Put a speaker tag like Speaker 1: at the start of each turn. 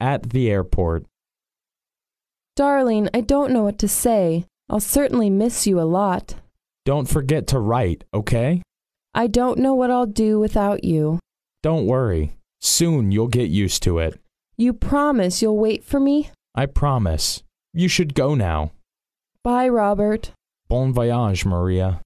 Speaker 1: at the airport.
Speaker 2: Darling, I don't know what to say. I'll certainly miss you a lot.
Speaker 1: Don't forget to write, okay?
Speaker 2: I don't know what I'll do without you.
Speaker 1: Don't worry. Soon you'll get used to it.
Speaker 2: You promise you'll wait for me?
Speaker 1: I promise. You should go now.
Speaker 2: Bye, Robert.
Speaker 1: Bon voyage, Maria.